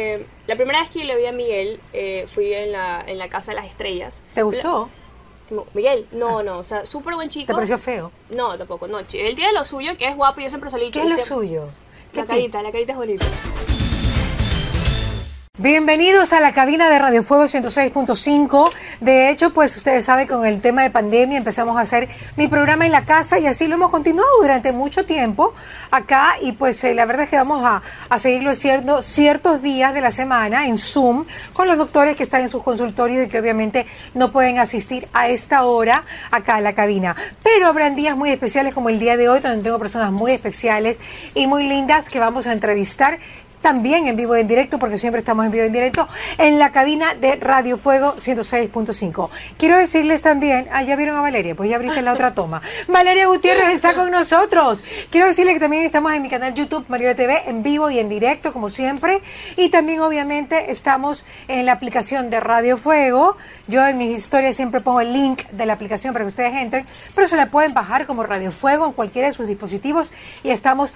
Eh, la primera vez que lo vi a Miguel eh, fui en la, en la Casa de las Estrellas. ¿Te gustó? Ah. La- Miguel, no, no, o sea, súper buen chico. ¿Te pareció feo? No, tampoco, no. chi- Él tiene lo suyo, que es guapo, y yo siempre se lo he dicho. ¿Qué es lo siempre- suyo? ¿Qué La ti- carita, la carita es bonita. Bienvenidos a la cabina de Radio Fuego 106.5. De hecho, pues ustedes saben, con el tema de pandemia empezamos a hacer mi programa en la casa y así lo hemos continuado durante mucho tiempo acá y pues eh, la verdad es que vamos a, a seguirlo cierto, ciertos días de la semana en Zoom con los doctores que están en sus consultorios y que obviamente no pueden asistir a esta hora acá a la cabina. Pero habrán días muy especiales como el día de hoy donde tengo personas muy especiales y muy lindas que vamos a entrevistar también en vivo y en directo, porque siempre estamos en vivo y en directo, en la cabina de Radio Fuego 106.5. Quiero decirles también, ah, ya vieron a Valeria, pues ya abriste la otra toma. Valeria Gutiérrez está con nosotros. Quiero decirles que también estamos en mi canal YouTube, Mariola TV, en vivo y en directo, como siempre. Y también, obviamente, estamos en la aplicación de Radio Fuego. Yo en mis historias siempre pongo el link de la aplicación para que ustedes entren, pero se la pueden bajar como Radio Fuego en cualquiera de sus dispositivos y estamos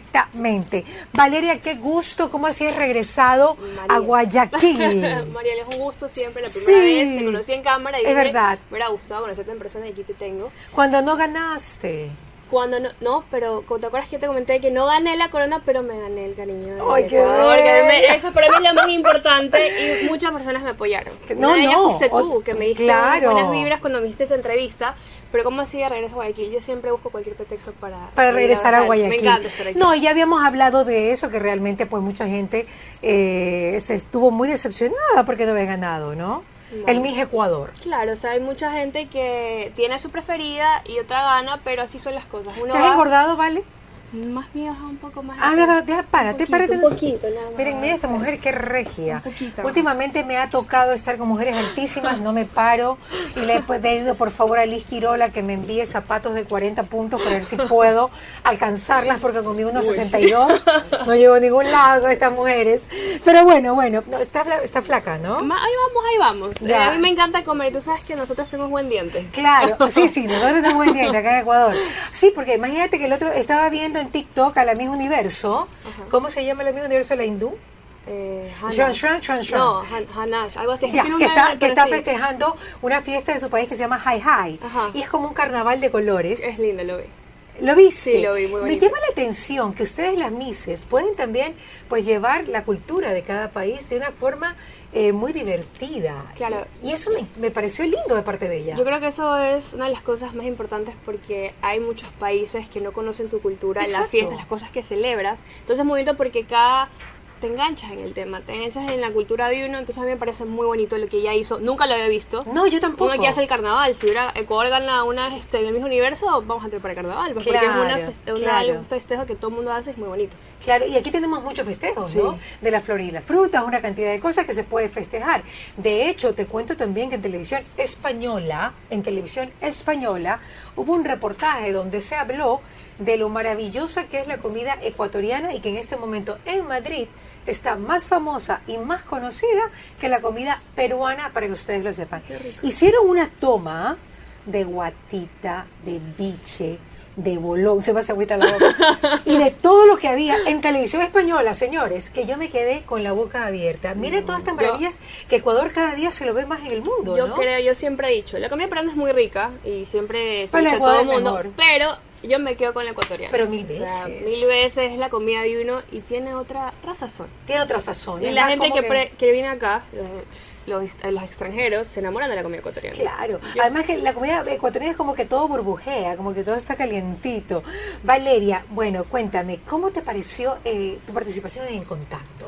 perfectamente. Valeria, qué gusto, cómo así has regresado a Guayaquil. Mariel, es un gusto siempre. La primera Sí. vez te conocí en cámara y Es dije, verdad. Me hubiera gustado conocerte en persona y aquí te tengo. Cuando no ganaste. Cuando no, no, pero como te acuerdas que yo te comenté que no gané la corona, pero me gané el cariño de Ay, qué Ecuador. que bella. me- eso para mí es lo más importante y muchas personas me apoyaron. Que- no, Una de ellas no, fuiste tú, o- que me diste claro. buenas vibras cuando me hiciste esa entrevista. Pero como así de regreso a Guayaquil, yo siempre busco cualquier pretexto para, para regresar a Guayaquil. Me encanta estar aquí. No, ya habíamos hablado de eso, que realmente pues mucha gente eh, se estuvo muy decepcionada porque no había ganado, ¿no? No. El Miss Ecuador. Claro, o sea, hay mucha gente que tiene su preferida y otra gana, pero así son las cosas. Uno ¿Te has va- engordado, Vale? Más bien baja un poco más. Ah, así. deja, deja, párate, Un párate. poquito, un poquito, nada más. Miren, mira esta mujer, qué regia. Un poquito. Últimamente me ha tocado estar con mujeres altísimas, no me paro. Y le he pedido, por favor, a Liz Quirola que me envíe zapatos de 40 puntos para ver si puedo alcanzarlas, porque conmigo unos 62 no llevo a ningún lado con estas mujeres. Pero bueno, bueno, no, está, fla- está flaca, ¿no? Ma- Ahí vamos, ahí vamos. Ya. Eh, a mí me encanta comer y tú sabes que nosotros tenemos buen diente. Claro, sí, sí, nosotros estamos en dieta acá en Ecuador. Sí, porque imagínate que el otro estaba viendo en TikTok a la misma universo. ¿Cómo se llama la misma universo? ¿La hindú? Eh, Hannah. Shrun, shrun, shrun, shrun. No, Han- Hanash, algo así. Ya, Tiene un que está, nombre, que pero está sí. festejando una fiesta de su país que se llama Hi Hi. Ajá. Y es como un carnaval de colores. Es lindo, lo vi. ¿Lo viste? Sí, lo vi, muy Me bonito. llama la atención que ustedes las Mises pueden también pues llevar la cultura de cada país de una forma eh, muy divertida. Claro. Y, y eso me, me pareció lindo de parte de ella. Yo creo que eso es una de las cosas más importantes porque hay muchos países que no conocen tu cultura, Exacto. las fiestas, las cosas que celebras. Entonces es muy bonito porque cada te enganchas en el tema, te enganchas en la cultura de uno, entonces a mí me parece muy bonito lo que ella hizo. Nunca lo había visto. no, yo tampoco. Uno que hace el carnaval, si hubiera eh, Ecuador gana una este, en el mismo universo, vamos a entrar para el carnaval, pues, porque es una Claro, fes- una- claro. un festejo que todo el mundo hace, es muy bonito. Claro, y aquí tenemos muchos festejos, ¿no? Sí. De la flor y las frutas, una cantidad de cosas que se puede festejar. De hecho, te cuento también que en televisión española, en televisión española, hubo un reportaje donde se habló de lo maravillosa que es la comida ecuatoriana y que en este momento en Madrid está más famosa y más conocida que la comida peruana, para que ustedes lo sepan. Hicieron una toma de guatita, de biche, de bolón, se me hace agüita la boca, y de todo lo que había en televisión española, señores, que yo me quedé con la boca abierta. Mira todas estas yo- maravillas que Ecuador cada día se lo ve más en el mundo, Yo ¿no? creo, yo siempre he dicho, la comida peruana es muy rica y siempre se Pero la dice a todo el Ecuador es mundo, mejor. pero yo me quedo con la ecuatoriana. Pero mil O sea, veces. mil veces es la comida de uno y tiene otra, otra sazón. Tiene otra sazón. Y es la más gente como que, pre- que viene acá, eh, los, eh, los extranjeros, se enamoran de la comida ecuatoriana. Claro, Yo- además que la comida ecuatoriana es como que todo burbujea, como que todo está calientito. Valeria, bueno, cuéntame, ¿cómo te pareció eh, tu participación en Contacto?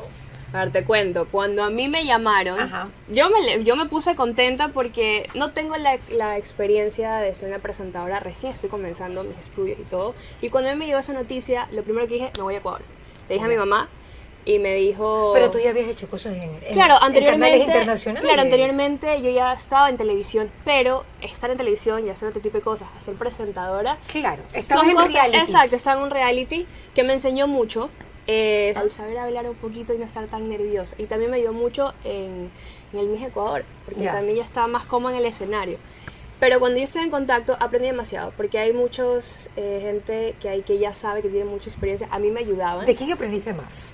A ver, te cuento, cuando a mí me llamaron, Ajá. yo me, le- yo me puse contenta porque no tengo la, la experiencia de ser una presentadora, recién estoy comenzando mis estudios y todo, y cuando a mí me llegó esa noticia, lo primero que dije, me voy a Ecuador. Le dije a mi mamá y me dijo... Pero tú ya habías hecho cosas en, en- Oh. Claro, en anteriormente, canales internacionales. Claro, anteriormente yo ya estaba en televisión, pero estar en televisión y hacer este tipo de cosas, hacer presentadora, Claro, son estabas en cosas- reality. Exacto, estaba en un reality que me enseñó mucho eh, al saber hablar un poquito y no estar tan nerviosa. Y también me ayudó mucho en, en el Miss Ecuador, porque Ya. también ya estaba más cómoda en el escenario. Pero cuando yo estoy en contacto aprendí demasiado, porque hay muchos eh, gente que hay que ya sabe que tiene mucha experiencia. A mí me ayudaban. ¿De quién aprendiste más?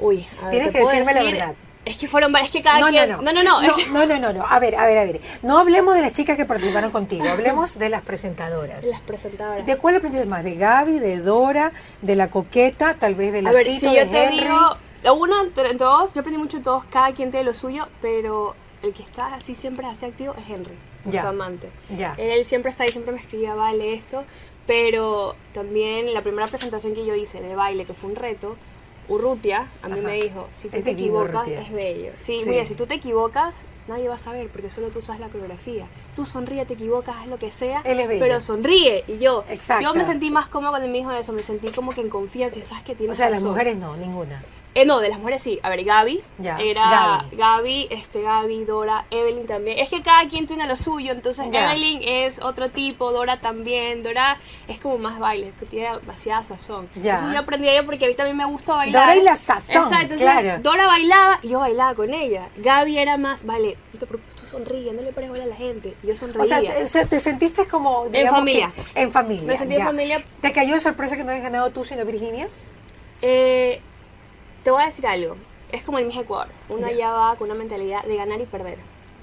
Uy, a ver, Tienes ¿te que puedo decirme la decir? verdad. Es que fueron varias, es que cada No, no, quien... no. no, no. No, no, no, no, no. A ver, a ver, a ver. No hablemos de las chicas que participaron contigo, hablemos de las presentadoras. Las presentadoras. ¿De cuál aprendiste más? ¿De Gaby, de Dora, de la coqueta, tal vez de la A ver, Cito, si de yo te Henry? digo, uno, entre todos, yo aprendí mucho de todos, cada quien tiene lo suyo, pero el que está así siempre así activo es Henry, Ya. nuestro amante. Ya. Él siempre está ahí, siempre me escribía, vale esto, pero también la primera presentación que yo hice de baile, que fue un reto, Urrutia, a mí Ajá. me dijo, si tú Es te divino, equivocas, Urrutia. es bello. Sí, Sí. mira, si tú te equivocas, nadie va a saber, porque solo tú sabes la coreografía. Tú sonríe, te equivocas, haz lo que sea, Él es bello. pero sonríe. Y yo, yo Exacto. me sentí más cómoda cuando me dijo eso, me sentí como que en confianza, y sabes que tiene O sea, las razón. mujeres no, ninguna. Eh, no, de las mujeres sí. A ver, Gaby. Ya, Era Gaby. Gaby. este, Gaby, Dora, Evelyn también. Es que cada quien tiene lo suyo. Entonces, Ya. Evelyn es otro tipo, Dora también. Dora es como más baile, que tiene demasiada sazón. Ya. Entonces, yo aprendí a ella porque a mí también me gusta bailar. Dora y la sazón, Exacto. Entonces, claro. Dora bailaba y yo bailaba con ella. Gaby era más, vale, no te preocupes, tú sonríe, no le pares bola a la gente. Y yo sonreía. O sea, te, o sea, te sentiste como, digamos familia. que- en familia. Me sentí en ya. familia. ¿Te cayó de sorpresa que no habías ganado tú, sino Virginia? Eh, te voy a decir algo. Es como el Miss Ecuador. Uno Ya. allá va con una mentalidad de ganar y perder.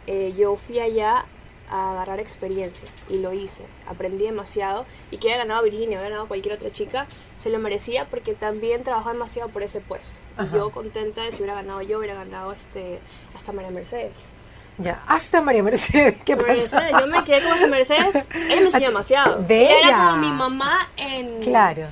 Eh, yo fui allá a agarrar experiencia y lo hice. Aprendí demasiado y que haya ganado Virginia, haya ganado cualquier otra chica, se lo merecía porque también trabajó demasiado por ese puesto. Y Ajá. Yo contenta de si hubiera ganado yo, hubiera ganado este, hasta María Mercedes. Ya. Hasta María Mercedes. ¿Qué María pasó? Ah, Mercedes, yo me quedé como si Mercedes, ella me enseñó demasiado. Bella. Era como mi mamá en... Claro.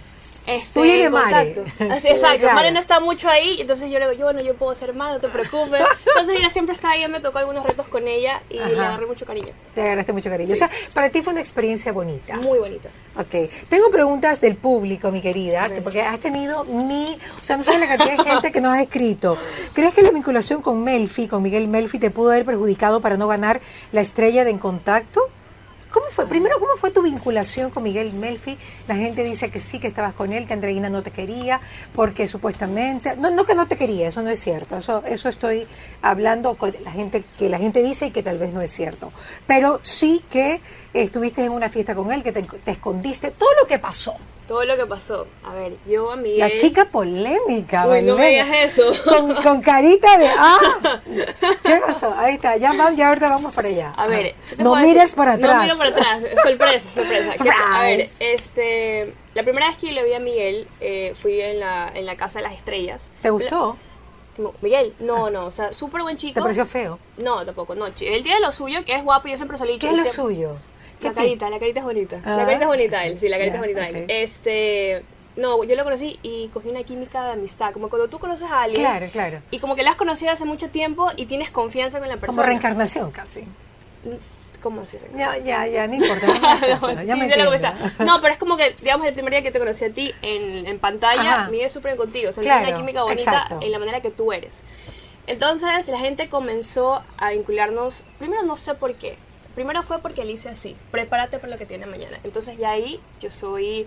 Este, Tú y de en Mare. contacto. Así, Sí, exacto, claro. Mare no está mucho ahí, entonces yo le digo, yo, bueno, yo puedo ser más, no te preocupes. Entonces ella siempre está ahí, me tocó algunos retos con ella y le Ajá. agarré mucho cariño. Te agarraste mucho cariño. O sea, para ti fue una experiencia bonita. Muy bonita. Ok, tengo preguntas del público, mi querida, ver. porque has tenido mi, o sea, no sabes la cantidad de gente que nos ha escrito. ¿Crees que la vinculación con Melfi, con Miguel Melfi, te pudo haber perjudicado para no ganar la estrella de En Contacto? ¿Cómo fue? Primero, ¿cómo fue tu vinculación con Miguel Melfi? La gente dice que sí, que estabas con él, que Andreina no te quería, porque supuestamente, no, no que no te quería, eso no es cierto, eso, eso estoy hablando con la gente que la gente dice y que tal vez no es cierto, pero sí que estuviste en una fiesta con él, que te, te escondiste, todo lo que pasó. Todo lo que pasó. A ver, yo a Miguel... La chica polémica, Uy, no me Valera. digas eso. Con, con carita de ah, ¿qué pasó? Ahí está, ya, va- ya ahorita vamos para allá. Ah, A ver, ¿qué te no puedo decir? mires para atrás. No miro para atrás. Sorpresa, sorpresa. ¿Qué- A ver, Surprise. este, la primera vez que le vi a Miguel eh, fui en la, en la Casa de las Estrellas. ¿Te gustó? Ah. La- Miguel, no, no, o sea, súper buen chico. ¿Te pareció feo? No, tampoco, no. chi- Él tiene lo suyo, que es guapo, yo siempre se lo he dicho. ¿Qué es lo siempre- suyo? ¿Qué La te- carita, la carita es bonita. Ah. La carita es bonita él, sí, la carita es Ya, bonita ok. él. Este, no, yo lo conocí y cogí una química de amistad, como cuando tú conoces a alguien. Claro, claro. Y como que la has conocido hace mucho tiempo y tienes confianza con la persona. Como reencarnación casi. ¿Cómo así? reencarnación? Ya, ya, ya, no importa. no me hagas caso, Sí, ya me sé lo que entiendo. pasa. No, pero es como que, digamos, el primer día que te conocí a ti en, en pantalla, Ajá. Miguel súper contigo. O sea, Claro, tiene una química bonita exacto. en la manera que tú eres. Entonces, la gente comenzó a vincularnos. Primero, no sé por qué. Primero fue porque le hice así: prepárate para lo que tiene mañana. Entonces, ya ahí yo soy.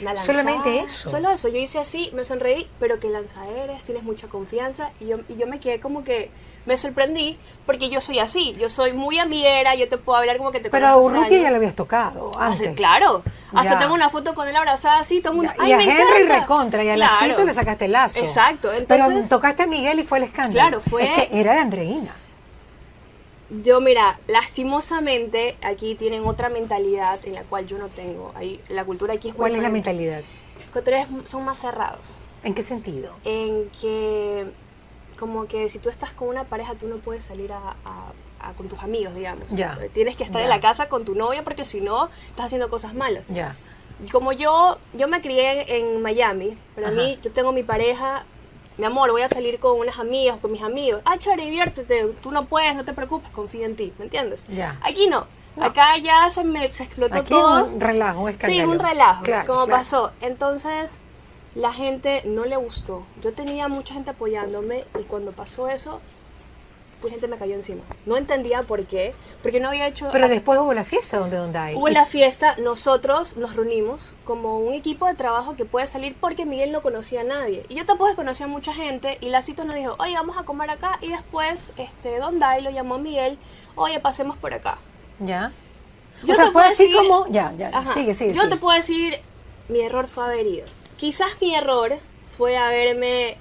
Una lanzada. Solamente eso. Solo eso. Yo hice así, me sonreí, pero qué lanza eres, tienes mucha confianza. Y yo, y yo me quedé como que. Me sorprendí porque yo soy así. Yo soy muy amiguera, yo te puedo hablar como que te Pero a conozco hace Urrutia años. ya lo habías tocado Ah, antes. sí, claro. Hasta Ya. tengo una foto con él abrazada así, todo el mundo. y "Ay, a me Henry encanta". recontra, y a Claro. la Cito le sacaste lazo. Exacto. Pero Entonces, tocaste a Miguel y fue el escándalo. Claro, fue- Es que era de Andreina. yo, mira, lastimosamente aquí tienen otra mentalidad en la cual yo no tengo. Ahí, la cultura aquí es muy ¿Cuál es la diferente. mentalidad? Ecuatorianos son más cerrados. ¿En qué sentido? En que, como que si tú estás con una pareja, tú no puedes salir a. a- a- con tus amigos, digamos. Ya. Tienes que estar Ya. en la casa con tu novia porque si no, estás haciendo cosas malas. Ya. Y como yo, yo me crié en Miami, para Ajá. mí, yo tengo mi pareja, mi amor, voy a salir con unas amigas, con mis amigos. Ah, chévere, diviértete, tú no puedes, no te preocupes, confío en ti, ¿me entiendes? Ya. Aquí no. No. Acá ya se me se explotó Aquí es todo. un relajo, un Sí, escándalo. es un relajo, Claro, como claro. pasó. Entonces, la gente no le gustó. Yo tenía mucha gente apoyándome y cuando pasó eso, la gente me cayó encima. No entendía por qué, porque no había hecho Pero después hubo la fiesta donde donde hay. Hubo la fiesta, nosotros nos reunimos como un equipo de trabajo que puede salir porque Miguel no conocía a nadie. Y yo tampoco conocía a mucha gente y Lacito nos dijo, oye, vamos a comer acá. Y después este, Don Dai lo llamó a Miguel, oye, pasemos por acá. Ya. Yo o sea, te fue puedo así decir- como. Ya, ya. Ajá. Sigue, sigue. Yo sigue. te puedo decir, mi error fue haber ido. Quizás mi error fue haberme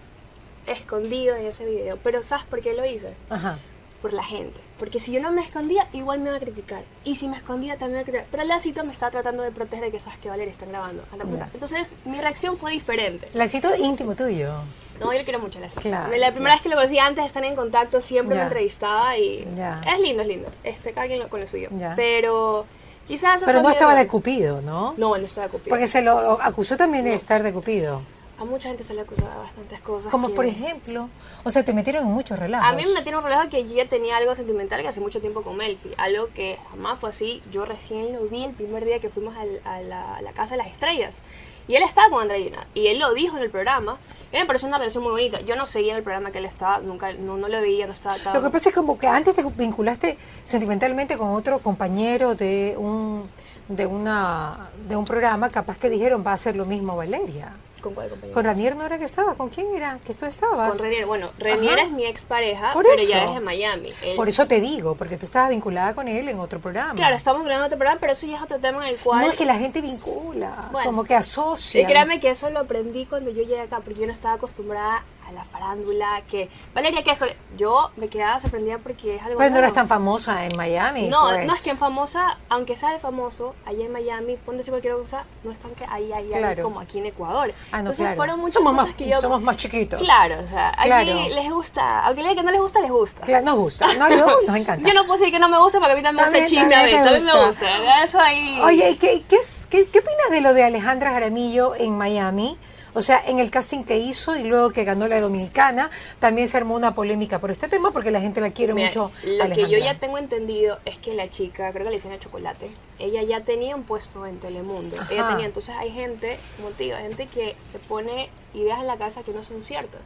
escondido en ese video. Pero ¿sabes por qué lo hice? Ajá. Por la gente. Porque si yo no me escondía, igual me iba a criticar. Y si me escondía, también me iba a criticar. Pero la cita me estaba tratando de proteger de que sabes que Valeria están grabando. A la puta. Entonces, mi reacción fue diferente. Lacito íntimo tuyo. No, yo le quiero mucho a la Cita. Claro, la primera vez que lo conocí, antes de estar en contacto, siempre Ya. me entrevistaba y... Ya. Es lindo, es lindo. Este, cada quien lo, con lo suyo. Ya. Pero quizás... eso Pero fue no mi estaba error. de Cupido, ¿no? No, no estaba de cupido. Porque se lo acusó también de estar de Cupido. A mucha gente se le acusaba de bastantes cosas. Como que- por ejemplo, o sea, te metieron en muchos relajos. A mí me tiene un relajo que yo ya tenía algo sentimental que hace mucho tiempo con Melfi. Algo que jamás fue así. Yo recién lo vi el primer día que fuimos al- a, la, a la Casa de las Estrellas. Y él estaba con Andreina. Y él lo dijo en el programa. Y me pareció una relación muy bonita. Yo no seguía en el programa que él estaba. Nunca, no, no lo veía, no estaba tan... Lo que pasa es como que antes te vinculaste sentimentalmente con otro compañero de un de una de un programa, capaz que dijeron va a ser lo mismo Valeria. ¿Con cuál compañero? Con Ranier no era que estaba, ¿con quién era? Que tú estabas. Con Renier. Bueno, Renier Ajá. es mi expareja, Por pero eso. ya es de Miami. Él- Por eso te digo, porque tú estabas vinculada con él en otro programa. Claro, estamos grabando otro programa, pero eso ya es otro tema en el cual... No es que la gente vincula, Bueno. como que asocia. Y créame que eso lo aprendí cuando yo llegué acá, porque yo no estaba acostumbrada a la farándula, que Valeria, que eso, yo me quedaba sorprendida porque es algo... Pues no nuevo. eras tan famosa en Miami. No, pues. no es que en famosa, aunque sea de famoso, allá en Miami, ponte cualquier cosa, no están que ahí, ahí, ahí, Claro. como aquí en Ecuador. Ah, no, Entonces claro. fueron muchas Somos cosas más- que yo... somos más chiquitos. Claro, o sea, aquí Claro. les gusta, aunque digan que no les gusta, les gusta. Claro, nos gusta. No, no, nos encanta. Yo no puedo decir que no me gusta porque a mí también me gusta el También- chisme a también veces, te también me gusta. gusta. Eso ahí... Oye, ¿y ¿qué, qué, es- qué, qué opinas de lo de Alejandra Jaramillo en Miami? O sea, en el casting que hizo y luego que ganó la dominicana, también se armó una polémica por este tema porque la gente la quiere Mira, mucho. Lo Alejandra. que yo ya tengo entendido es que la chica, creo que le hicieron el chocolate, ella ya tenía un puesto en Telemundo. Ajá. Ella tenía, entonces hay gente, como te digo, hay gente que se pone ideas en la casa que no son ciertas.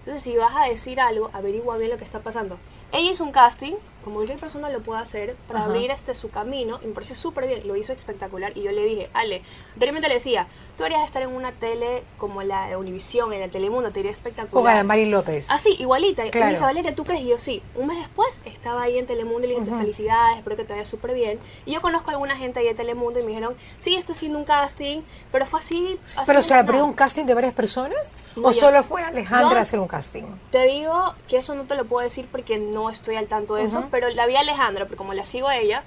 Entonces, si vas a decir algo, averigua bien lo que está pasando. Ella hizo un casting, como cualquier persona lo puede hacer, para Ajá. abrir este su camino, y me pareció súper bien, lo hizo espectacular. Y yo le dije, Ale, anteriormente le decía, tú harías estar en una tele como la de Univisión, en la Telemundo, te iría Con espectacular. Adamari López. Así, Ah, igualita. Y Claro. Me dice, Valeria, ¿tú crees? Y yo sí. Un mes después estaba ahí en Telemundo y le dije, felicidades, espero que te vaya súper bien. Y yo conozco a alguna gente ahí de Telemundo y me dijeron, sí, está haciendo un casting, pero fue así. así ¿Pero se abrió no". un casting de varias personas? No, ¿O ya- solo fue Alejandra Yo- a hacer un casting? Te digo que eso no te lo puedo decir porque no estoy al tanto de eso, pero la vi a Alejandra, porque como la sigo a ella,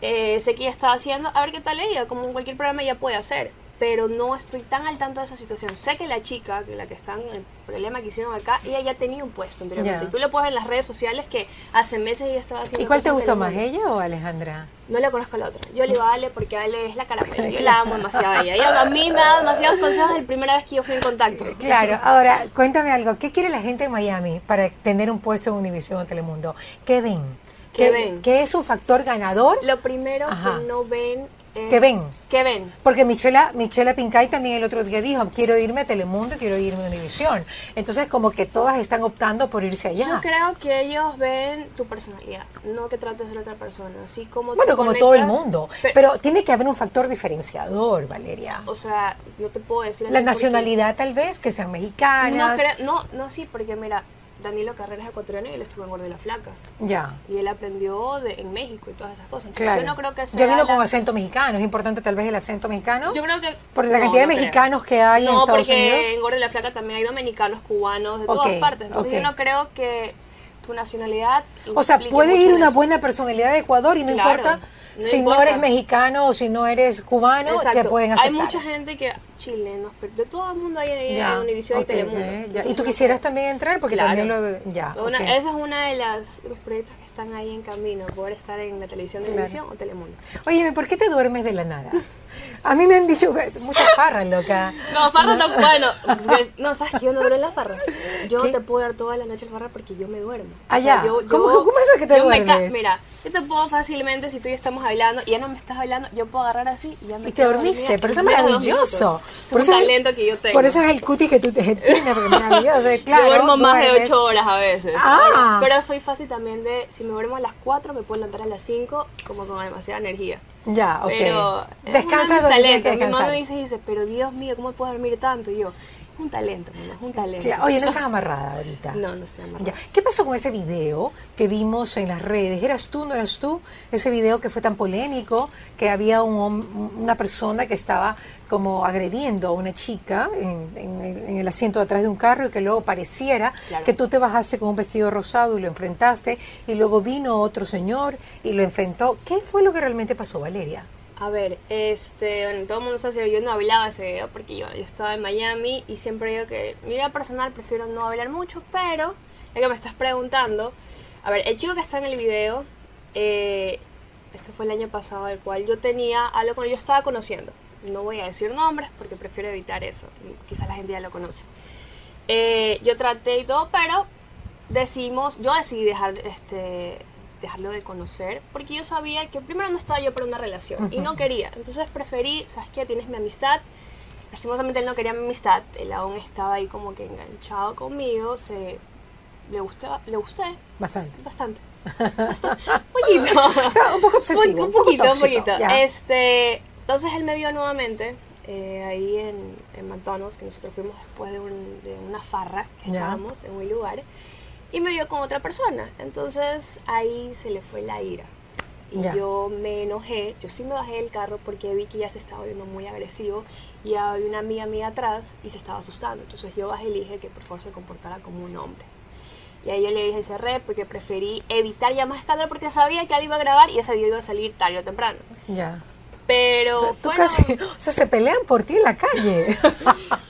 eh, sé que ella estaba haciendo, a ver qué tal ella, como en cualquier programa ella puede hacer, pero no estoy tan al tanto de esa situación. Sé que la chica, que la que está en el problema que hicieron acá, ella ya tenía un puesto anteriormente. Ya. Y tú lo puedes ver en las redes sociales que hace meses ella estaba haciendo... ¿Y cuál te cosas gustó del más, eh? mundo. ella o Alejandra? No la conozco a la otra. Yo le digo a Ale porque Ale es la cara. pálida. Yo la amo demasiado a ella. Ella a mí me da demasiados consejos la primera vez que yo fui en contacto. Claro, ahora cuéntame algo, ¿qué quiere la gente en Miami para tener un puesto en Univision o Telemundo? ¿Qué ven? ¿Qué ven? ¿Qué es un factor ganador? Lo primero Ajá. que no ven es... ¿Qué ven? ¿Qué ven? Porque Michela, Michela Pincay también el otro día dijo, quiero irme a Telemundo, quiero irme a Univision. Entonces como que todas están optando por irse Yo allá. creo que ellos ven tu personalidad, no que trates de ser otra persona, así como Bueno, tú como todo el conectas, mundo. pe- Pero tiene que haber un factor diferenciador, Valeria. o sea, no te puedo decir La así porque- nacionalidad tal vez, que sean No, mexicanas. creo, no, no, sí, porque mira, Danilo Carrera es ecuatoriano y él estuvo en Gordo y la Flaca. Ya. Y él aprendió de- en México y todas esas cosas. Entonces, Claro. Yo no creo que sea Ya vino la- con acento mexicano, es importante tal vez el acento mexicano. Yo creo que. Por la cantidad de creo. mexicanos que hay en No, Estados porque Unidos. en Gordo y la Flaca también hay dominicanos, cubanos, de Ok, todas partes. Entonces ok. yo no creo que tu nacionalidad. O sea, implique puede mucho ir en una eso. buena personalidad de Ecuador y no Claro, importa no si no importa. eres mexicano o si no eres cubano, te Exacto. pueden aceptar. Hay mucha gente que. chilenos, pero de todo el mundo hay en- Ya, en Univision ok, y Telemundo. ok, ya. Entonces, Y tú quisieras también entrar porque Claro. también lo ya. Una- ok. Esa es una de las, los proyectos que están ahí en camino, poder estar en la televisión de Claro. Univision o Telemundo. Óyeme, ¿por qué te duermes de la nada? A mí me han dicho eh, muchas farras, loca. No, farra no, bueno, de- no, sabes que yo no duermo en la farra. Yo ¿Qué? te puedo dar toda la noche el farra porque yo me duermo. Ah, ya. ¿Cómo- cómo es eso que te yo me ca- duermes? mira, yo te puedo fácilmente, si tú y yo estamos hablando, y ya no me estás hablando, yo puedo agarrar así y ya me Y te quedo dormiste, dormida pero en eso es menos de dos maravilloso. minutos. Es Por un eso talento que yo tengo. Por eso es el cuti que tú te tienes, porque es maravilloso. eh, Claro, yo duermo más de duermes. 8 horas a veces. Ah. Pero soy fácil también de, si me duermo a las 4, me puedo levantar a las 5 como con demasiada energía. Ya, ok. Pero eh, es uno de Descansas mis donde tienes que talentos. Mi mamá descansar. me dice, dice, pero Dios mío, ¿cómo puedes dormir tanto? Y yo, un talento, mamá, un talento. Claro, Oye, no estás amarrada ahorita. No, no estoy amarrada. Ya. ¿Qué pasó con ese video que vimos en las redes? ¿Eras tú, no eras tú? Ese video que fue tan polémico, que había un hom- una persona que estaba como agrediendo a una chica en, en el- en el asiento de atrás de un carro y que luego pareciera Claro. que tú te bajaste con un vestido rosado y lo enfrentaste y luego vino otro señor y lo enfrentó. ¿Qué fue lo que realmente pasó, Valeria? A ver, este, bueno, todo el mundo sabe, yo no hablaba ese video porque yo, yo estaba en Miami y siempre digo que mi vida personal prefiero no hablar mucho, pero ya que me estás preguntando, a ver, el chico que está en el video, eh, esto fue el año pasado, el cual yo tenía algo con él, yo estaba conociendo. No voy a decir nombres porque prefiero evitar eso, quizás la gente ya lo conoce. Eh, yo traté y todo, pero decidimos, yo decidí dejar, este, dejarlo de conocer porque yo sabía que primero no estaba yo para una relación y no quería. Entonces preferí, sabes que tienes mi amistad. Lastimosamente él no quería mi amistad, él aún estaba ahí como que enganchado conmigo, se le gustaba, le gusté Bastante. bastante. bastante poquito. Un poco obsesivo, Un, un poco poquito, un tóxico, poquito. ya. Este, entonces él me vio nuevamente eh, ahí en, en McDonald's, que nosotros fuimos después de, un- de una farra que Ya. estábamos en un lugar, y me vio con otra persona. Entonces ahí se le fue la ira. Y Ya. yo me enojé, yo sí me bajé del carro porque vi que ya se estaba volviendo muy agresivo y había una amiga mía atrás y se estaba asustando. Entonces yo bajé y le dije que por favor se comportara como un hombre. Y ahí yo le dije cerré porque preferí evitar ya más escándalo porque sabía que él iba a grabar y ese video iba a salir tarde o temprano. Ya. Pero O sea, tú fueron- casi, o sea, se pelean por ti en la calle.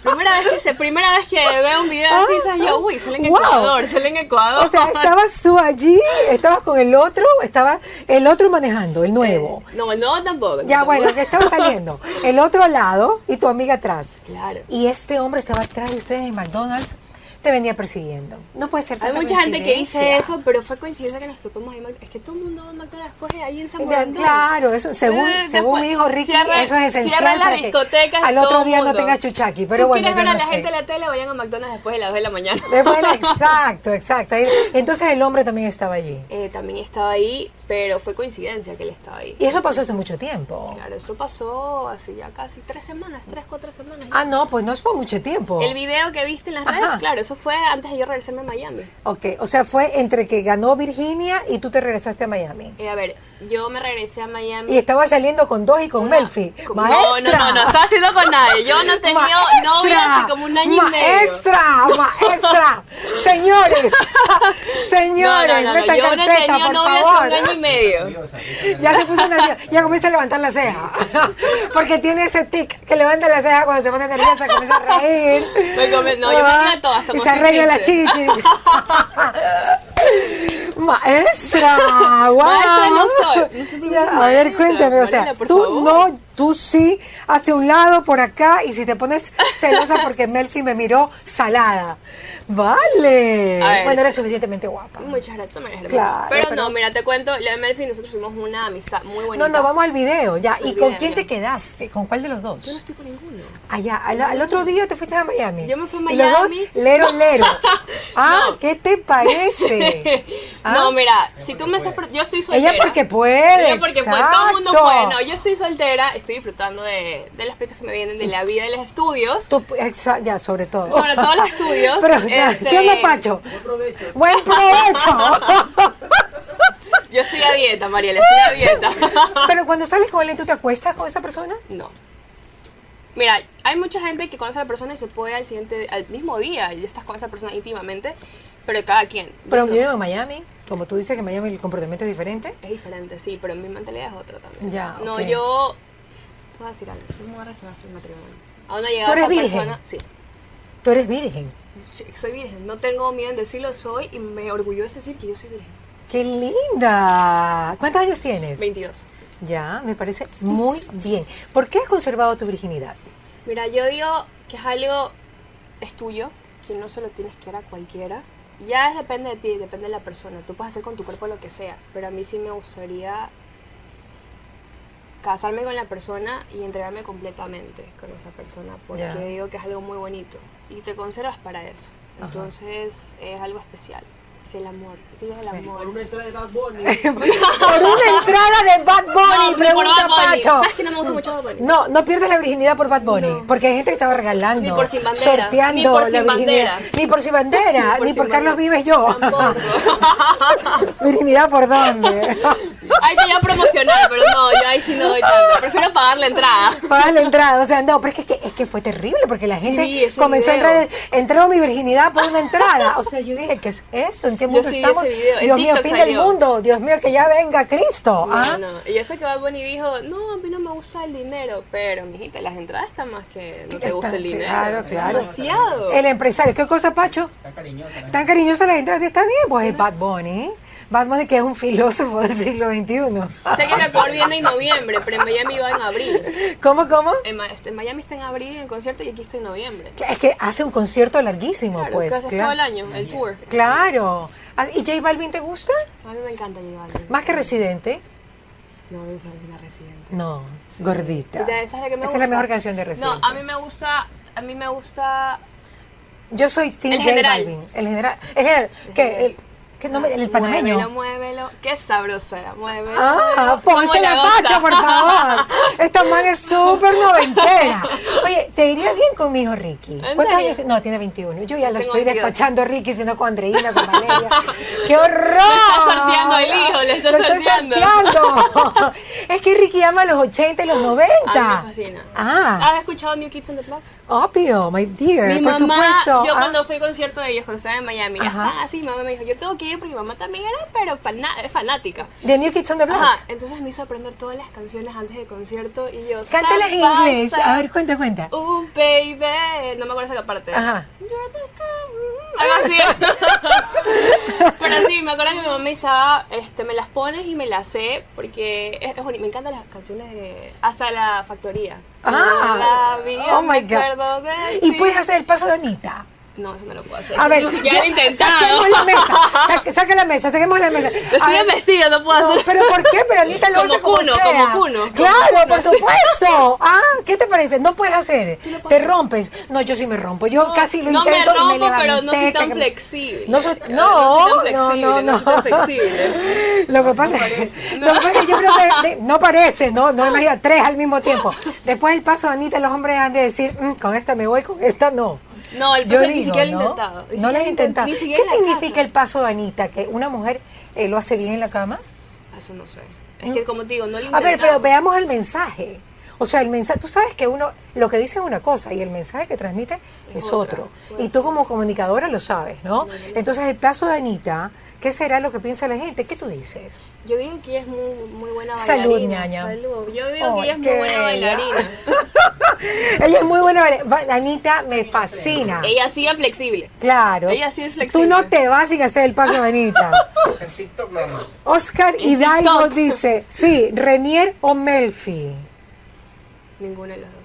primera vez que se, primera vez que veo un video así, ¿sabes? yo, uy, sale en Ah, Wow. Ecuador, sale en Ecuador. O sea, estabas tú allí, estabas con el otro, estaba el otro manejando, el nuevo. No, no tampoco. no, Ya, tampoco. bueno, que estaba saliendo. El otro al lado y tu amiga atrás. Claro. Y este hombre estaba atrás de ustedes en McDonald's, te venía persiguiendo. No puede ser Hay tanta mucha gente que dice coincidencia. eso, pero fue coincidencia que nos topamos ahí. en Mac- Es que todo el mundo va a McDonald's después de ahí en San Ya, Borondón. Claro, eso, según, Eh, según después mi hijo Ricky, cierra- eso es cierra esencial las para que discotecas y al todo otro el día no mundo. tengas chuchaki. Pero ¿Tú bueno, quieres yo ver a no la sé. gente en la tele? Vayan a McDonald's después de las 2 de la mañana. Eh, Bueno, exacto, exacto. Ahí- Entonces el hombre también estaba allí. Eh, también estaba ahí, pero fue coincidencia que él estaba ahí. Y eso pasó hace mucho tiempo. Claro, eso pasó hace ya casi tres semanas, tres, cuatro semanas. Ah, no, pues no fue mucho tiempo. El video que viste en las Ajá. redes, claro, eso fue antes de yo regresarme a Miami. Ok, o sea, fue entre que ganó Virginia y tú te regresaste a Miami. Eh, a ver, yo me regresé a Miami. Y estaba saliendo con dos y con Melfi. Con- Maestra. No, no, no, no estaba haciendo con nadie. Yo no tenía novia hace como un año Maestra, maestra. Señores, y medio. No, no, señores, no, no, metan yo no carpeta, tenía por novia favor. hace un año y medio. Ya se puso nerviosa, ya comienza a levantar la ceja. Porque tiene ese tic que levanta la ceja cuando se pone nerviosa, comienza a reír. Me come- Pues no, yo me Ah, río todo, hasta Y con se arregla las cicatrices. chichis. Maestra, wow. Maestra no soy, no soy profesora Ya, a ver, maestra, cuéntame, o sea, Mariela, por tú favor. no, tú sí, hacia un lado, por acá, y si te pones celosa porque Melfi me miró salada. Vale. A ver. Bueno, eres suficientemente guapa. Muchas gracias, María Hermosa. Claro, pero, pero- no, mira, te cuento, la de Melfi y nosotros tuvimos una amistad muy bonita. No, no, vamos al video, ya. ¿Y Al con video, quién ya. te quedaste? ¿Con cuál de los dos? Yo no estoy con ninguno. Allá, al, al otro día te fuiste a Miami. Yo me fui a Y los dos, Miami. lero, lero. Ah, No. ¿qué te parece? Ah, No, mira, si tú me estás... pre- Yo estoy soltera. Ella porque puede. Ella porque puede, pues, todo el mundo exacto. puede. No, yo estoy soltera, estoy disfrutando de, de las proyectos que me vienen, de la vida, de los estudios. Tú- exa- ya, sobre todo. Sobre todo los estudios, Pero, este- ¿sí o no, Pacho? Buen provecho. Yo estoy a dieta, Mariela, estoy a dieta. Pero cuando sales con él, ¿tú te acuestas con esa persona? No. Mira, hay mucha gente que conoce a la persona y se puede al siguiente, al mismo día, y ya estás con esa persona íntimamente, pero cada quien. Pero yo digo en Miami, como tú dices que en Miami el comportamiento es diferente. Es diferente, sí, pero mi mentalidad es otra también. Ya, No, ok. yo... Te voy a decir algo, no me voy a relacionar hasta el matrimonio. Aún no ha llegado eres esa virgen? persona... Sí. Tú eres virgen. Sí, soy virgen, no tengo miedo en decirlo, soy y me orgulloso de decir que yo soy virgen. ¡Qué linda! ¿Cuántos años tienes? 22. Ya, me parece muy bien. ¿Por qué has conservado tu virginidad? Mira, yo digo que es algo es tuyo, que no se lo tienes que dar a cualquiera. Ya es- depende de ti, depende de la persona. Tú puedes hacer con tu cuerpo lo que sea, pero a mí sí me gustaría casarme con la persona y entregarme completamente con esa persona, porque Ya. digo que es algo muy bonito y te conservas para eso. Ajá. Entonces es algo especial. Sí, el amor. Sí, es el amor. Por una historia de Bad Bunny. Por una entrada de Bad Bunny, No, ni por pregunta Bad Bunny. Pacho. ¿Sabes que no me gusta mucho Bad Bunny? No, no pierdes la virginidad por Bad Bunny, porque hay gente que estaba regalando, Ni por Sin Bandera, sorteando ni por la Sin virginidad, Bandera. ni por sin bandera, ni por, Sin Carlos Bandera. Vives yo. Tampoco. virginidad por dónde? Hay que ya promocionar, pero no, yo ahí sí no doy tanto. Prefiero pagar la entrada. Paga la entrada, o sea, no, pero es que, es que fue terrible porque la gente vi ese comenzó en video. redes, entrego mi virginidad por una entrada. O sea, yo dije, ¿qué es esto? ¿En qué mundo sí vi estamos? ese video, en Dios mío, TikTok fin del salió. mundo, Dios mío, que ya venga Cristo. ¿ah? No, no. Y eso que Bad Bunny dijo, no, a mí no me gusta el dinero, pero, mijita, las entradas están más que no te Está- gusta el dinero. Claro, claro. Demasiado. El empresario, ¿qué cosa, Pacho? Está cariñosa. ¿no? Tan cariñosa la entrada, está bien, pues es Bad Bunny. Bad Bunny que es un filósofo del siglo XXI. Sé que la Ecuador viene en noviembre, pero en Miami va en abril. ¿Cómo, cómo? En, Ma- este, en Miami está en abril el concierto y aquí está en noviembre. Es que hace un concierto larguísimo, Claro, pues. casi todo el año, el tour. Claro. Ah, ¿Y J Balvin te gusta? A mí me encanta llevarlo. Más que Residente. No, me encanta la residente. No, gordita. Esa es la que me Esa es gusta. la mejor canción de Residente. No, a mí me gusta, a mí me gusta Yo soy Team El J general. Balvin. El general. El general. ¿Qué? El, qué nombre? el panameño. Muévelo, muévelo. Qué sabrosa era. Muévelo. Ah, muévelo. pónsela ¿Cómo la pacha, goza? por favor. Esta man es súper noventera. Oye, ¿te irías bien conmigo, Ricky? ¿En ¿Cuántos serio? años? No, tiene 21. Yo ya Tengo lo estoy 22. despachando a Ricky, sino con Andreina, con Valeria. ¡Qué horror! está sorteando el hijo, le está Lo estoy sorteando. sorteando. es que Ricky ama los 80 y los 90. A mí me fascina. Ah, ¿Has escuchado New Kids on the Block? obvio, my dear. Mi por mamá, supuesto. yo Ah, cuando fui al concierto de ellos, cuando estaba en Miami, ya Ajá. estaba así, mi mamá me dijo, yo tengo que ir porque mi mamá también era, pero fana- es fanática. De New Kids on the Block. Ajá, entonces me hizo aprender todas las canciones antes del concierto y yo... Cántalas en "Zapasa, inglés. A ver, cuenta, cuenta. Uh, baby. No me acuerdo esa parte. Ajá. You're the girl. Algo así. Pero sí, me acuerdo que mi mamá me estaba, este, me las pones y me las sé, porque es, es bonito. Me encantan las canciones de hasta la factoría. Ah, la vi, oh me my God. acuerdo de Y ti. puedes hacer el paso de Anita. No, eso no lo puedo hacer. A ver, ni siquiera lo he yo- intentado. saquemos la mesa, saque- saca la mesa, saquemos la mesa. A Estoy ver, vestida, no puedo no, hacer. pero ¿por qué? Pero Anita lo Como hace como Kuno, sea. como Kuno. Claro, Como por Kuno, sí. supuesto. Ah, ¿qué te parece? No puedes hacer. Te rompes. No, yo sí me rompo. Yo casi lo no me intento y me rompo, pero no soy levanté, tan que- flexible. No, soy- Yo no, no soy tan no, no, flexible, no soy tan flexible. Lo que pasa es que lo que pasa es que yo creo que de- no parece, no, no imagina tres al mismo tiempo. Después del paso de Anita, los hombres han de decir, "Mm, con esta me voy, con esta no. No, el Yo paso digo, ni siquiera lo ¿no? he intentado. Ni siquiera No lo has lo he intentado, intentado. ni ¿Qué siquiera en la significa casa. el paso de Anita? ¿Que una mujer eh, lo hace bien en la cama? Eso no sé. Es que como te digo, no lo he A ver, pero intentado. veamos el mensaje. O sea, el mensaje, tú sabes que uno, lo que dice es una cosa y el mensaje que transmite es, Es otra, otro. Y tú como comunicadora lo sabes, ¿no? Entonces, el paso de Anita, ¿qué será lo que piensa la gente? ¿Qué tú dices? Yo digo que ella es muy, muy buena bailarina. Salud, ñaña. Salud. Yo digo que Ay, ella es muy qué buena bella. bailarina. Ella es muy buena. baila- ba- Anita me fascina. ella sí es flexible. Claro. Ella sí es Tú flexible. no te vas sin hacer el paso de Anita. En TikTok no. no. Oscar En Hidalgo TikTok. dice, sí, Renier o Melfi. Ninguno de los dos.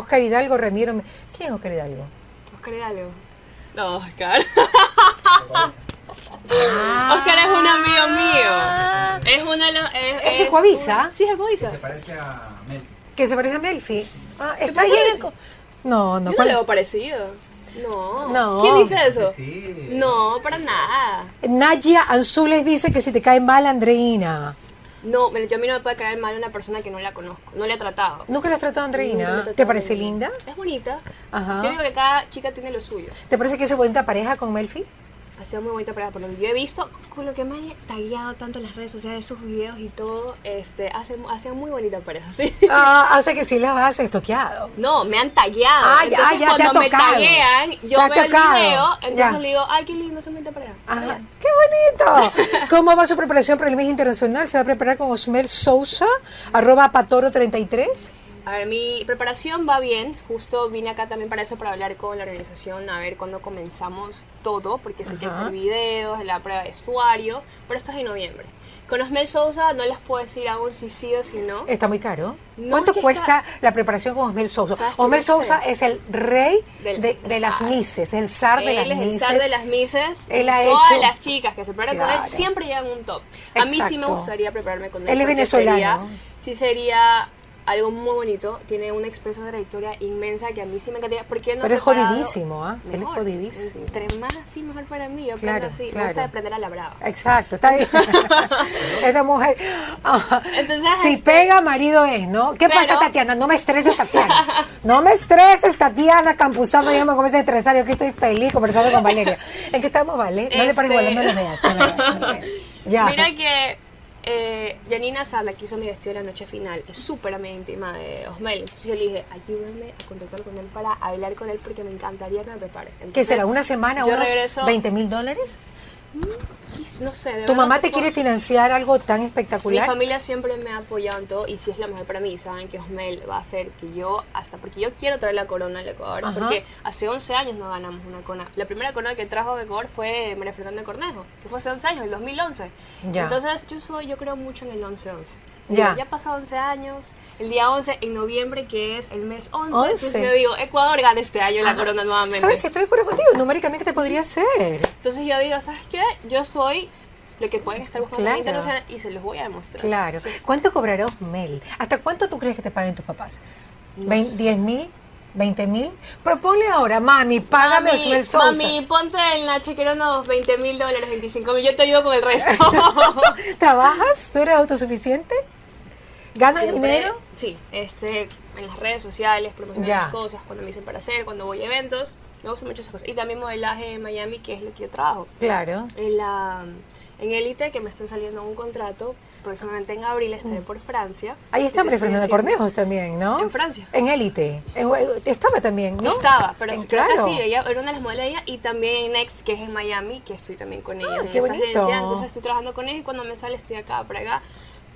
Oscar Hidalgo, Renier o Melfi. ¿Quién es Oscar Hidalgo? Oscar Hidalgo. No, Oscar. Ah. Oscar es un amigo mío. Es uno de los. Es, Es de es Coavisa. un- Sí, es de Coavisa. Se parece a Mel. Que se parece a Melfi. Ah, está bien. co- No, no. Yo no ¿cuál- le veo parecido. No. No. ¿Quién dice eso? Sí. No, para nada. Nadia Anzules dice que si te cae mal Andreina. No, pero yo a mí no me puede caer mal una persona que no la conozco, no la he tratado. ¿Nunca la has tratado a Nunca la he Andreina? tratado ¿Te parece bien. linda? Es bonita. Ajá. Yo digo que cada chica tiene lo suyo. ¿Te parece que es bonita pareja con Melfi? Ha sido muy bonita para por lo que yo he visto, con lo que me han tagueado tanto en las redes sociales, sus videos y todo, este, hace, ha sido muy bonita pareja, sí. Ah, o sea que sí la vas a estoqueado. No, me han tagueado. Ah, ya, entonces ya, te ha cuando me tocado. taguean, Te yo ha veo tocado, el video, entonces ya. le digo, ay, qué lindo, es bonita pareja. Ajá. ¡Qué bonito! ¿Cómo va su preparación para el mes internacional? ¿Se va a preparar con Osmel Sousa, arroba patoro33? A ver, mi preparación va bien. Justo vine acá también para eso, para hablar con la organización, a ver cuándo comenzamos todo, porque sé que Ajá. hacer videos, la prueba de vestuario, pero esto es en noviembre. Con Osmel Sousa no les puedo decir aún si sí o si no. Está muy caro. No, ¿Cuánto es que cuesta la preparación con Osmel Sousa? ¿Sabes qué? Osmel No Sousa sé. es el rey de, Del- de las zar. mises, el zar de las Él es el zar de mises. las mises. Él ha Todas hecho- las chicas que se preparan con Claro. él siempre llegan a un top. A mí sí me Exacto. gustaría prepararme con él. Él es porque venezolano. sería- sí sería algo muy bonito, tiene un expreso de trayectoria inmensa que a mí sí me encantaría. ¿Por qué no Pero te es he pagado jodidísimo, ¿ah? Él es mejor? jodidísimo. Entre más así, mejor para mí. Yo Claro, aprendo así. Me claro. gusta aprender a la brava. Exacto, está bien. Esta mujer. Ah, Entonces, si este- pega, marido es, ¿no? ¿Qué pasa, Pero- Tatiana? No me estreses, Tatiana. No me estreses, Tatiana Campuzano. Yo me comienzo a estresar. Yo aquí estoy feliz conversando con Valeria. ¿En qué estamos, Vale? No le Este- pares igual, no me lo veas. no me lo veas, no me lo veas. Ya. Mira que eh, Janina Sala, que hizo mi vestido de la noche final, es súper amiga íntima de Osmel. Entonces yo le dije, ayúdame a contactar con él para hablar con él porque me encantaría que me prepare. ¿Qué Entonces, será? ¿Una semana? pues, yo ¿Unos regreso- 20 mil dólares? No sé, de ¿Tu verdad, mamá no te puedo- quiere financiar algo tan Mi espectacular? familia siempre me ha apoyado en todo y si es lo mejor para mí, saben que Osmel va a hacer que yo, hasta porque yo quiero traer la corona al Ecuador, Ajá. porque hace 11 años no ganamos una corona. La primera corona que trajo a Ecuador fue María Fernanda Cornejo, que fue hace 11 años, el 2011. Ya. Entonces yo soy, yo creo mucho en el 11-11. Ya. Ya. ya pasó 11 años, el día 11 en noviembre, que es el mes 11, entonces 11. yo digo, Ecuador gana este año la corona nuevamente. Ah, ¿Sabes que estoy de acuerdo contigo? Numéricamente te podría ser. Entonces yo digo, ¿sabes qué? Yo soy lo que pueden estar buscando Claro. en internacional y se los voy a demostrar. Claro. ¿Cuánto cobrará Osmel? ¿Hasta cuánto tú crees que te paguen tus papás? No Vein- sé. ¿Diez mil? ¿Veinte mil? Proponle ahora, mami, págame mami, Osmel Sousa. Mami, ponte en la chequera unos 20 mil dólares, 25 mil. Yo te ayudo con el resto. ¿Trabajas? ¿Tú eres autosuficiente? ¿Ganas Siempre- dinero? Sí, este, en las redes sociales, promocionar Ya. las cosas, cuando me dicen para hacer, cuando voy a eventos. Me gusta mucho esas cosas. Y también modelaje en Miami, que es lo que yo trabajo. Claro. En la en Elite, que me están saliendo un contrato, próximamente en abril estaré por Francia. Mm. Ahí está María Entonces, Fernanda estoy haciendo- Cornejos también, ¿no? En Francia. En Élite. En- Estaba también, ¿no? Estaba, pero En- creo claro. que sí, ella era una de las modelos de ella y también en Next, que es en Miami, que estoy también con ella Ah, en qué esa bonito. agencia, entonces estoy trabajando con ella y cuando me sale estoy acá para acá,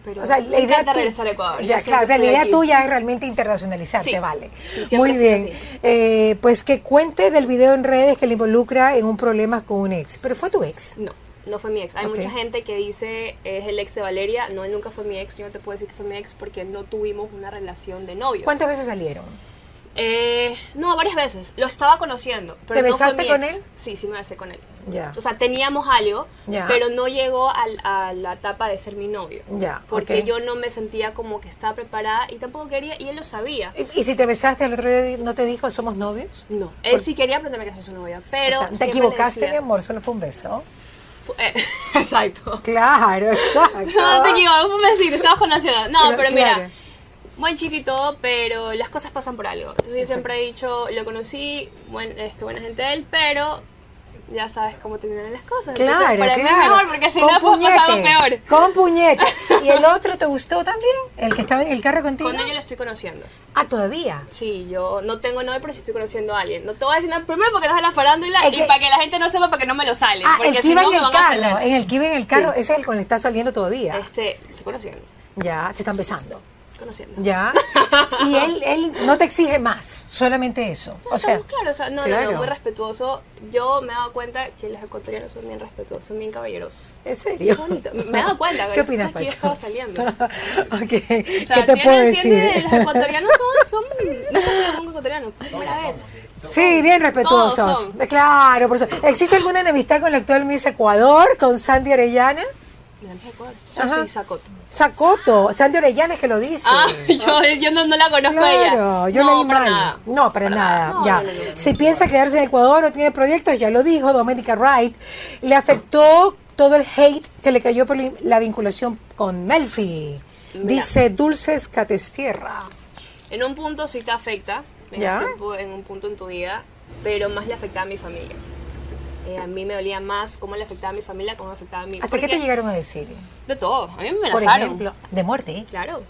pero O sea, la me idea, encanta tu- regresar a Ecuador. Ya, yo siempre claro, o sea, la estoy idea aquí. tuya es realmente internacionalizarte, Sí. vale. Sí, siempre Muy ha sido bien. así. Eh, pues que cuente del video en redes que le involucra en un problema con un ex. Pero fue tu ex. No, no fue mi ex. Hay Ok. mucha gente que dice es el ex de Valeria, no, él nunca fue mi ex, yo no te puedo decir que fue mi ex porque no tuvimos una relación de novios. ¿Cuántas veces salieron? Eh, no, varias veces. Lo estaba conociendo. Pero ¿Te no fue besaste mi con ex. él? Sí, sí me besé con él. Ya. O sea, teníamos algo, Ya. pero no llegó al- a, la etapa de ser mi novio. Ya, Porque ok. yo no me sentía como que estaba preparada y tampoco quería, y él lo sabía. ¿Y, y si te besaste el otro día, no te dijo somos novios? No, él sí quería aprenderme que soy su novia, pero... O sea, ¿Te siempre le equivocaste, decía- mi amor? ¿Solo fue un beso? Fu- eh, exacto. Claro, exacto. No, te equivocas, fue un besito, estabas conociendo. No, Pero, pero, mira, Ah. claro. buen chico y todo, pero las cosas pasan por algo. Entonces yo siempre he dicho, lo conocí, buen, este, buena gente él, pero ya sabes cómo terminan las cosas. Entonces, Claro, para claro. mí es mejor, porque si Con no, pues pasa algo puñete, peor. Con puñete. ¿Y el otro te gustó también? ¿El que estaba en el carro contigo? Con ella lo estoy conociendo. Ah, todavía. Sí, yo no tengo novio, pero sí estoy conociendo a alguien. No te voy a decir nada, primero porque no es de la farándula Es y que- para que la gente no sepa, para que no me lo sale. Ah, el porque que si iba no, en me el van a carro, salir. en el que iba en el carro, ese es el con el que está saliendo todavía. Este, estoy conociendo, Ya, se están besando. conociendo. Ya. Y él, él no te exige más, solamente eso. No, O sea, estamos claros, o sea, no, no, claro. no, muy respetuoso. Yo me he dado cuenta que los ecuatorianos son bien respetuosos, son bien caballerosos. en serio. Qué bonito. Me he dado cuenta, ¿Qué güey. opinas, Aquí he Pacho? estado saliendo. ok. O sea, ¿Qué te tienen- puedo decir? tienen- los ecuatorianos son, son no sé, algún ecuatoriano, por primera vez. Sí, bien Todos respetuosos. son. Eh, Claro, por eso. ¿Existe alguna enemistad con la actual Miss Ecuador, con Sandy Orellana? Mira, no sé cuál. Ajá. Yo soy Ah, Sacoto. Sacoto, Sandy Orellana es que lo dice. Ah, yo, yo no, no la conozco a ella. Claro, yo no, leí para mal. nada. No, para, nada. nada. No, ya. no, no, no. Si piensa quedarse en Ecuador o tiene proyectos, ya lo dijo Domenica Wright, le afectó todo el hate que le cayó por la vinculación con Melfi. Mira. Ah, Dice Dulces Catestierra. En un punto sí te afecta, en, Ya. un tiempo- en un punto en tu vida, pero más le afectaba a mi familia. Eh, a mí me dolía más cómo le afectaba a mi familia, cómo me afectaba a mí. ¿Hasta porque- qué te llegaron a decir? De todo. A mí me Por amenazaron. ejemplo, de muerte. Claro.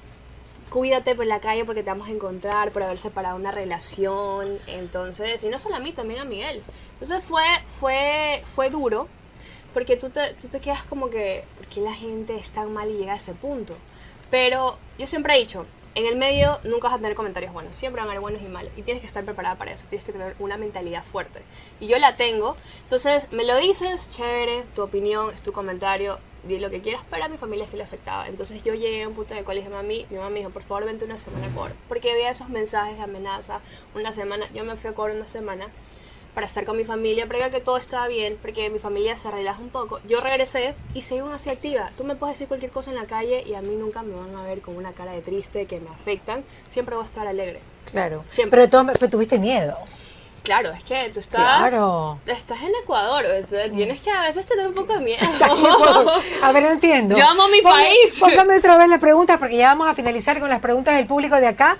Cuídate por la calle porque te vamos a encontrar, por haber separado una relación. Entonces, y no solo a mí, también a Miguel. Entonces fue, fue, fue duro porque tú te, tú te quedas como que, ¿por qué la gente es tan mal y llega a ese punto? Pero yo siempre he dicho, en el medio nunca vas a tener comentarios buenos, siempre van a haber buenos y malos. Y tienes que estar preparada para eso, tienes que tener una mentalidad fuerte. Y yo la tengo, entonces me lo dices, chévere, tu opinión, es tu comentario, di lo que quieras, pero a mi familia sí le afectaba. Entonces yo llegué a un punto de colegio, mami, mi mamá me dijo, por favor vente una semana a Ecuador. Porque veía esos mensajes de amenaza, una semana, yo me fui a Ecuador una semana para estar con mi familia, para que todo estaba bien, porque mi familia se relaja un poco. Yo regresé y sigo así activa. Tú me puedes decir cualquier cosa en la calle y a mí nunca me van a ver con una cara de triste que me afectan. Siempre voy a estar alegre. Claro. Siempre. Pero, tú- pero tuviste miedo. Claro, es que tú estás, Claro. Mm. estás en Ecuador, entonces tienes que a veces tener un poco de miedo. A ver, no entiendo. Yo amo mi Póngame- país. Póngame otra vez la pregunta porque ya vamos a finalizar con las preguntas del público de acá.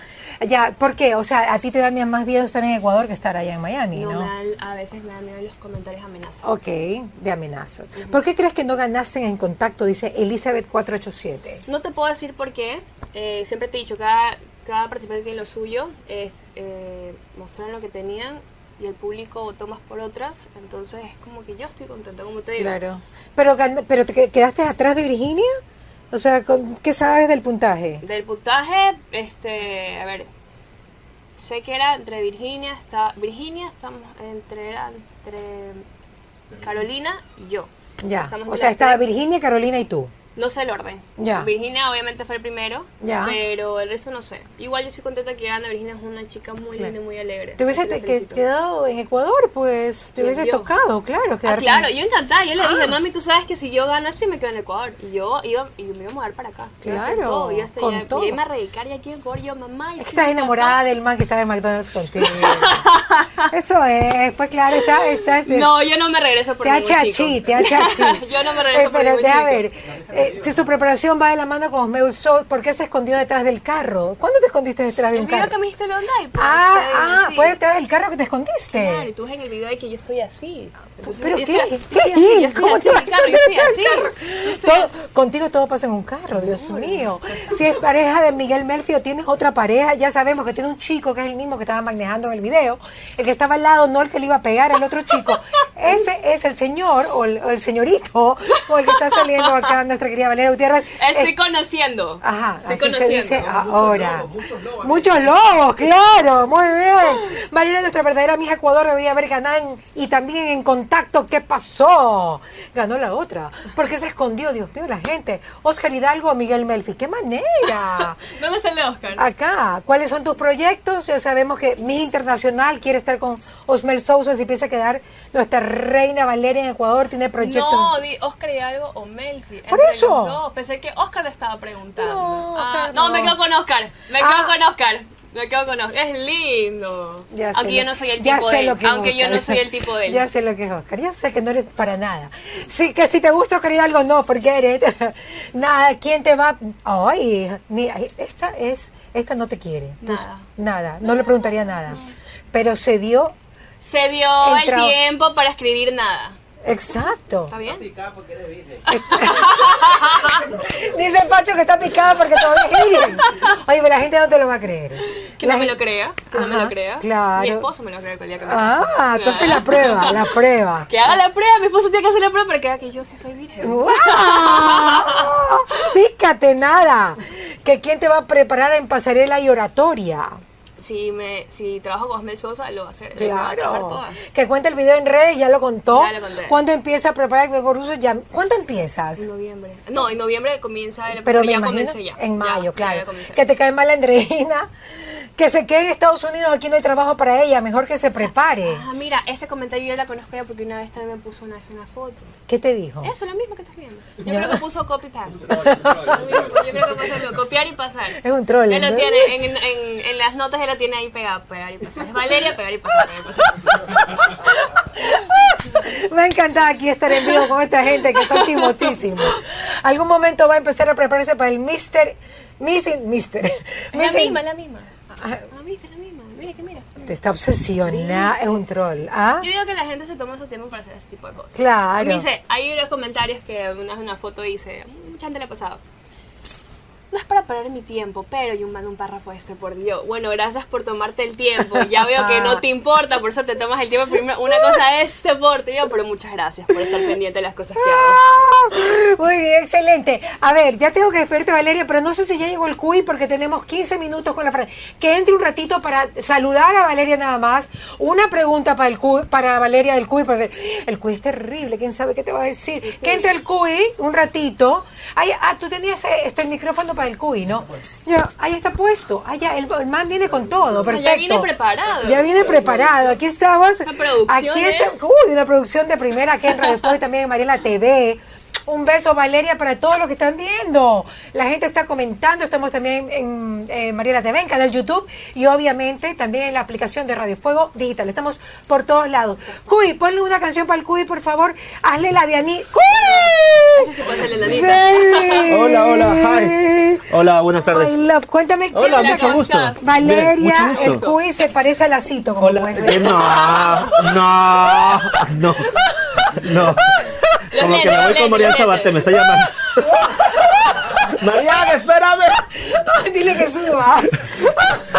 Ya, ¿por qué? O sea, a ti te da más miedo estar en Ecuador que estar allá en Miami, No, ¿no? me da- a veces me dan miedo los comentarios amenazantes. Ok, de amenaza. ¿Por qué crees que no ganaste en contacto? Dice Elizabeth 487. No te puedo decir por qué. eh, siempre te he dicho, cada, cada participante tiene lo suyo. Es eh, mostrar lo que tenían y el público votó más por otras. Entonces es como que yo estoy contenta, como te digo. Claro. Pero, gan- pero te que- quedaste atrás de Virginia. O sea, con- ¿qué sabes del puntaje? Del puntaje, este, a ver, sé que era entre Virginia, está, Virginia, estamos entre, era entre Carolina y yo. Ya. Estamos O en sea, las estaba tres. Virginia, Carolina y tú. No sé el orden. Ya. Virginia obviamente fue el primero, Ya. pero el resto no sé. Igual yo estoy contenta que Ana Virginia es una chica muy linda y muy alegre. Te hubieses así que la te- que- felicito. quedado en Ecuador, pues te ¿Quién hubiese vio? tocado, claro. Ah, quedarte en- Ah. claro, yo encantada. Yo le dije, mami, tú sabes que si yo gano esto, yo me quedo en Ecuador. Y yo iba, y me iba a mudar para acá. Iba a hacer Claro, todo, iba a hacer- con ya- todo. Y iba a radicar y aquí en Ecuador. Yo, mamá, yo Es que soy estás de enamorada del man que está en McDonald's contigo. Eso es, pues claro, está... está papá. No, yo no me regreso por te ha ningún chachi, chico. te ha chachi. Yo no me regreso por pero ningún deja chico. ver, eh, si su preparación va de la mano con Osmeul Show, ¿por qué se escondió detrás del carro? ¿Cuándo te escondiste detrás de El un video carro? que me hiciste en la online. pues, está bien, Ah, ah, sí. fue detrás del carro que te escondiste. Claro, y tú ves en el video de que yo estoy así. Entonces, Pero yo qué, estoy- qué yo estoy bien, así, ¿cómo así, te vas a así, claro, yo estoy esconder así. detrás del Yo estoy carro? así. Todo- contigo todo pasa en un carro, Dios mío. Si es pareja de Miguel Melfi o tienes otra pareja, ya sabemos que tiene un chico que es el mismo que estaba manejando en el video, el que estaba al lado, no el que le iba a pegar al otro chico. Ese es el señor o el, o el señorito o el que está saliendo acá, nuestra querida Valeria Gutiérrez. Estoy Es- Ah. conociendo. Ajá, estoy así se conociendo. dice ahora. Muchos lobos, muchos lobos. Muchos lobos, claro, muy bien. Mariela, nuestra verdadera mija Ecuador, debería haber ganado en- y también en contacto. ¿Qué pasó? Ganó la otra. ¿Por qué se escondió? Dios mío, la gente. Oscar Hidalgo, Miguel Melfi, qué manera. ¿Dónde está el de Oscar? Acá, ¿cuáles son tus proyectos? Ya sabemos que Miss Internacional quiere estar con Osmel Sousa si piensa quedar nuestra reina Valeria en Ecuador. Tiene proyectos. No, di Oscar Hidalgo o Melfi. Por entre eso. los dos. Pensé que Oscar lo estaba preguntando. No, Ah, Oscar, no, no. me quedo con Oscar. Me Ah. quedo con Oscar. Me quedo con Oscar. Es lindo. Ya sé aunque yo lo- no soy el ya tipo sé de lo él. que es Aunque yo Oscar. no soy el tipo de él. Ya sé lo que es Oscar. Ya sé que no eres para nada. Sí, que si te gusta Oscar Hidalgo, no, porque eres. nada, ¿quién te va? Ay, ni- esta es. Esta no te quiere. Pues, Nada. nada. No le preguntaría nada. Pero se dio. Se dio el Entra- tiempo para escribir nada. Exacto. ¿Está bien? Picada porque eres virgen. Dice Pacho que está picada porque todavía es virgen. Oye, pero la gente no te lo va a creer. Que La no me gen- lo crea. Que no me Ajá, lo crea. claro. Mi esposo me lo cree el día que me case. Ah, entonces la prueba, la prueba. Que haga la prueba. Mi esposo tiene que hacer la prueba para que vea que yo sí soy virgen. ¡Wow! Fíjate nada. Que quién te va a preparar en pasarela y oratoria. Si, me, si trabajo con Osmel Sosa, lo va a hacer. Él me va a trabajar todas. Que cuenta el video en redes, ya lo contó. Ya lo conté. ¿Cuándo empieza a preparar el Ruso? Ya, ¿Cuándo empiezas? En noviembre. No, en noviembre comienza el Pero me ya imagino comencé ya. en Ya, mayo, ya, claro. ya comencé. que te cae mal Andreina. Que se quede en Estados Unidos, aquí no hay trabajo para ella. Mejor que se prepare. Ah, mira, ese comentario yo la conozco ya porque una vez también me puso una vez una foto. ¿Qué te dijo? Eso es lo mismo que estás viendo. Yo Ya. creo que puso copy paste. Lo mismo, Yo creo que puso lo- copiar y pasar. Es un troll, Él lo ¿no? tiene, en, en- en las notas él lo tiene ahí pegado, pegar y pasar. Es Valeria, pegar y pasar, pegar y pasar. Me ha encantado aquí estar en vivo con esta gente que son chismosísimos. Algún momento va a empezar a prepararse para el Mister. Miss. Mister. Es Miss- la misma, es la misma. Ah. Ah, viste, es la misma. Mira que mira. Te está obsesionada, es un troll. ¿ah? Yo digo que la gente se toma su tiempo para hacer ese tipo de cosas. Claro. Me dice, hay unos comentarios que una, una foto dice, mucha gente le ha pasado. No es para perder mi tiempo, pero yo mando un párrafo este, por Dios. Bueno, gracias por tomarte el tiempo. Ya veo que no te importa, por eso te tomas el tiempo. Primero, una cosa es este porte, yo, pero muchas gracias por estar pendiente de las cosas que hago. Ah, Muy Muy bien, excelente. A ver, ya tengo que despedirte, Valeria, pero no sé si ya llegó el CUI porque tenemos 15 minutos con la frase. Que entre un ratito para saludar a Valeria nada más. Una pregunta para el CUI, para Valeria del CUI, porque el CUI es terrible, quién sabe qué te va a decir. Que entre el CUI un ratito. Ay, ah, tú tenías eh, esto, el micrófono para el CUI, ¿no? Ya, ahí está puesto. Ah, ya, el, el man viene con todo, Pero perfecto. Ah, ya viene preparado. Ya viene preparado. Aquí estamos. Esta producción Aquí está- es- Uy, una producción de primera aquí en Radio Después y también en Mariela TV. Un beso, Valeria, para todos los que están viendo. La gente está comentando. Estamos también en, en Mariela TV, en canal YouTube y obviamente también en la aplicación de Radio Fuego Digital. Estamos por todos lados. Cuy, ponle una canción para el Cuy, por favor. Hazle la de Ani. ¡Cuy! Ese sí puede ser el Anita. Baby. Hola, hola, hi. Hola, buenas tardes. I love- Cuéntame, Hola, chévere, mucho ¿cómo gusto. estás? Bien, Valeria, mucho el gusto. Cuy se parece a Lacito, como Hola. puedes ver. eh, No, no, no, no. Como que me voy lentes, con María los Sabate, me está llamando. Mariana, espérame. Dile que suba.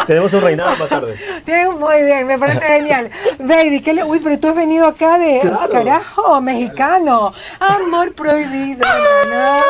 Tenemos un reinado más tarde. Bien, Muy bien, me parece genial. Baby, ¿qué le... uy, pero tú has venido acá de Claro. carajo, mexicano. Amor prohibido. no, no.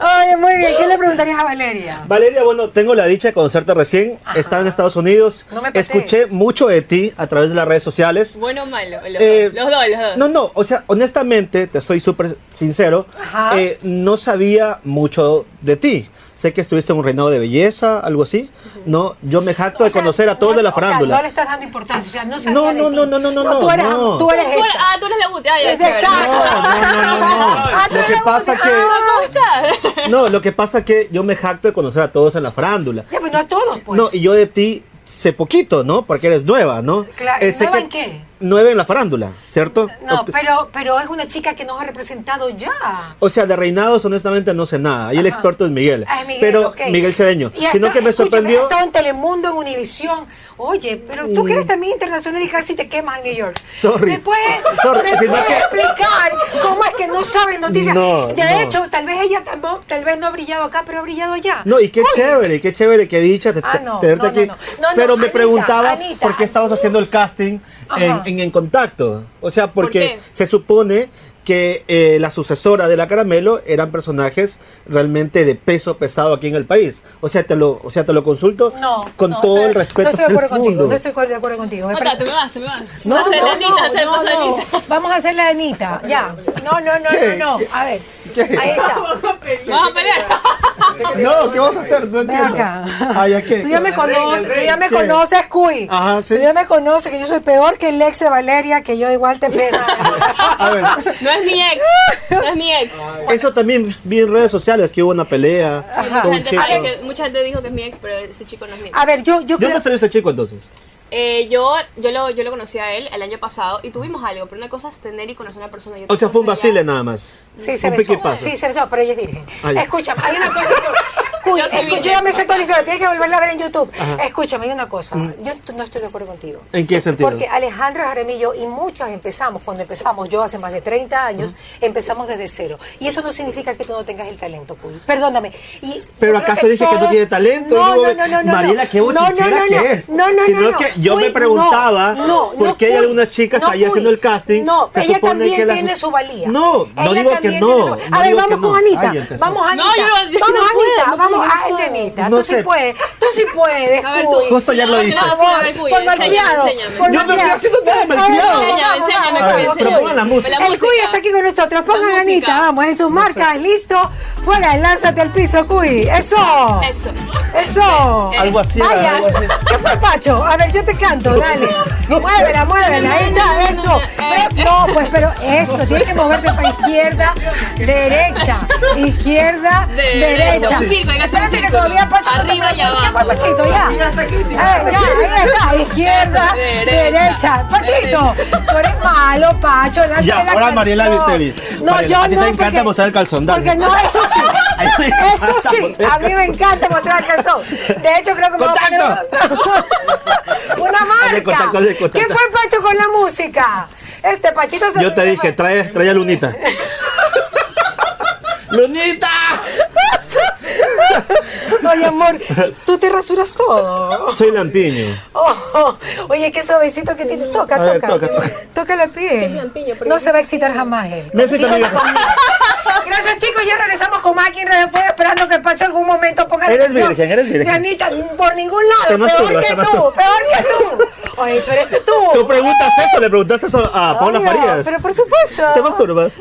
Oye, muy bien, ¿qué le preguntarías a Valeria? Valeria, bueno, tengo la dicha de conocerte recién. Estaba en Estados Unidos. No me patees. Escuché mucho de ti a través de las redes sociales. Bueno o malo. Los, Eh, dos, los dos, los dos. No, no, o sea, honestamente, te soy súper sincero, Ajá. eh, no sabía mucho de ti. Sé que estuviste en un reinado de belleza, algo así. No, yo me jacto O de sea, conocer a todos no- de la O sea, no le farándula. estás dando importancia, o sea, no sabía No, de no, ti. no, no, no, no, Tú eres, no. tú eres Tú eres- esta. ah, tú eres la guti. Ay, Es ya, chévere. exacto. No, no, no, no. Ah, tú Lo eres que la pasa única. que- Ah, ¿Cómo estás? No, lo que pasa es que yo me jacto de conocer a todos en la farándula. Ya, pues no a todos, pues. No, y yo de ti sé poquito, ¿no? Porque eres nueva, ¿no? Eh, Claro, sé ¿nueva que- en qué? Nueva en la farándula, ¿cierto? No, Ok. pero, pero es una chica que nos ha representado ya. O sea, de reinados, honestamente, no sé nada. Ahí el experto es Miguel. Ah, es Miguel, pero ok. Miguel Cedeño. Y hasta- Sino que me escúchame, sorprendió. has estado en Telemundo, en Univisión. Oye, pero tú que eres también internacional y casi te quemas en New York. Mm. Sorry. ¿Me puedes, Sorry, me sino puedes que- explicar cómo es que no saben noticias? No, de no. hecho, tal vez ella tambo- tal vez no ha brillado acá, pero ha brillado allá. No, y qué Oye, chévere, y qué chévere, qué dicha de Ah, no, tenerte no, aquí. no, no. No, no, Pero me Anita, preguntaba Anita, por qué estabas haciendo el casting en, Ajá. en En Contacto. O sea, porque qué? se supone que eh, la sucesora de la Caramelo eran personajes realmente de peso pesado aquí en el país. O sea, te lo, o sea, te lo consulto No, con no, todo estoy- el respeto No estoy de del acuerdo contigo, mundo. no estoy de acuerdo contigo. Me Ota, parece- te me vas, te me vas. No, Hacer no, la Anita, hacer no, más no. Anita. Vamos a hacer la Anita, ya. No, no, no, ¿Qué? no, no. A ver, ¿Qué? ahí está. Vamos a pelear. No, ¿qué vas a hacer? No Ven entiendo. acá. Ay, ¿a qué? Tú ya me conoces, tú ya me Sí. conoces, Cuy. Ajá, sí. Tú ya me conoces, que yo soy peor que el ex de Valeria, que yo igual te pego. A ver. No es mi ex. No es mi ex. Eso también vi en redes sociales que hubo una pelea Sí, mucha, con un gente chico. está diciendo- mucha gente dijo que es mi ex, pero ese chico no es mi ex. A ver, yo, yo ¿De creo... dónde salió ese chico entonces? Eh, yo, yo, lo, yo lo conocí a él el año pasado y tuvimos algo, pero una cosa es tener y conocer a una persona. y otra O sea, fue un cosa sería- vacile nada más. Sí, se un besó. pique paso. Sí, se besó, pero ella es virgen. Ah, ya. Escúchame, hay una cosa... que- Cuy, Yo soy escu- yo, virgen. ya me sé toda la historia, tienes que volverla a ver en YouTube. Escúchame, hay una cosa. Mm. Yo t- no estoy de acuerdo contigo. ¿En qué sentido? Porque Alejandro Jaramillo y muchos empezamos, cuando empezamos, yo hace más de 30 años, empezamos desde cero. Y eso no significa que tú no tengas el talento, Cuy. Perdóname. Y yo Pero creo acaso dije que no tiene talento. No, Digo, no, no, no. no Mariela, qué no, no, bochichera no, no, que es. No, no, Sino no, no. que yo me Cuy, preguntaba no, no, por qué hay Cuy. algunas chicas No, ahí haciendo Cuy. el casting. No, Se ella supone también que las- tiene su valía. No, no Ella digo que también no, tiene su- no A ver, digo vamos que no. con Anita. Ay, empezó. Vamos, Anita. No, yo no- yo no Vamos, puedo, Anita. no puedo, Vamos, yo no hazle, puedo. Anita. No Tú sí sé. puedes. Tú sí puedes, A ver, Cuy. tú. Justo ya lo hice. No, Por no, a ver, favor, Cuy, por malcriado. enséñame, por enséñame. Yo no estoy malcriado. haciendo nada de Ay, malcriado. vamos, Enséñame, vamos, enséñame, vamos, Cuy, vamos. enséñame. Propongan la música. La El Cuy música. está aquí con nosotros. Pongan La a música. Anita. Vamos, en sus marcas. Listo. Fuera, lánzate al piso, Cuy. Eso. Eso. Eso. Eh, Algo así, Vaya. algo así. ¿Qué fue, Pacho? A ver, yo te canto, dale. Muévela, muévela, ahí está, eso. Pero- No, pues, pero eso, tienes que moverte para izquierda, derecha, izquierda, Derecha. derecha. Un círculo, hay que hacer un Espérate que círculo. todavía Pacho no te Arriba prende. y abajo. Ya fue, Pachito, ya. Eh, ya, ahí está, izquierda, Eso, derecha. derecha, Pachito, tú eres malo, Pacho, lánzate Ya, la ahora canción. Mariela Viteri. No, Mariela, yo no, a ti te encanta porque- mostrar el calzón, dale. Porque no, eso sí, Ay, me eso encanta sí, mostrar el a mí me encanta mostrar el calzón. De hecho, creo que me voy a poner una- una Hazle marca. contacto, hazle contacto. ¿Qué fue Pacho con la música? Este Pachito se Yo te dije, trae, trae a Lunita. ¡Lunita! Oye, amor, tú te rasuras todo. Soy Lampiño. Oh, oye, qué suavecito que tiene. Toca, A ver, toca. toca, toca. Toca la piel. No se va a excitar jamás él. Me fui también. y yo regresamos con más aquí en Radio Fuego esperando que Pacho algún momento ponga la Eres canción virgen, eres virgen. de Anita, por ningún lado, Te peor masturbas, que te tú, masturbas. peor que tú. Oye, pero este tú. Tú preguntas esto, le preguntaste eso a Paula Obvio, Farías. Pero por supuesto. Ah, ¿Te masturbas?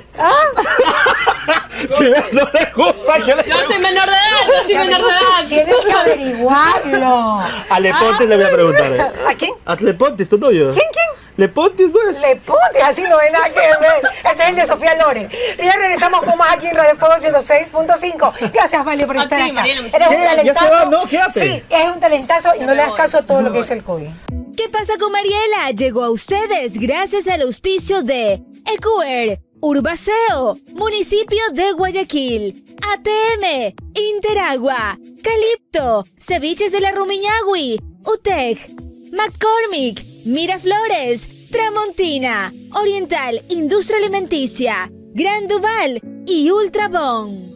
Si me- no le gusta, yo le- Yo soy menor de edad, yo soy menor de edad. Tienes que averiguarlo. A Lepontis le voy a preguntar. eh. ¿A quién? A Lepontis, tu novio. ¿Quién, quién? Lepontis no es. Le pute, así no hay nada que ver. Ese es el de Sofía Lore. Y ya regresamos con más aquí en Radio Fuego 106.5. Gracias, Valio, por A estar ti, acá. Mariela, Eres muchísimas un gracias. Ya se talentazo. va, ¿no? Quédate. Sí, es un talentazo y no le das voy. caso a todo lo que dice el COVID. ¿Qué pasa con Mariela? Llegó a ustedes gracias al auspicio de EQR, Urbaceo, Municipio de Guayaquil, ATM, Interagua, Calipto, Ceviches de la Rumiñahui, UTEC, McCormick, Miraflores, Tramontina, Oriental Industria Alimenticia, Gran Duval y Ultrabón.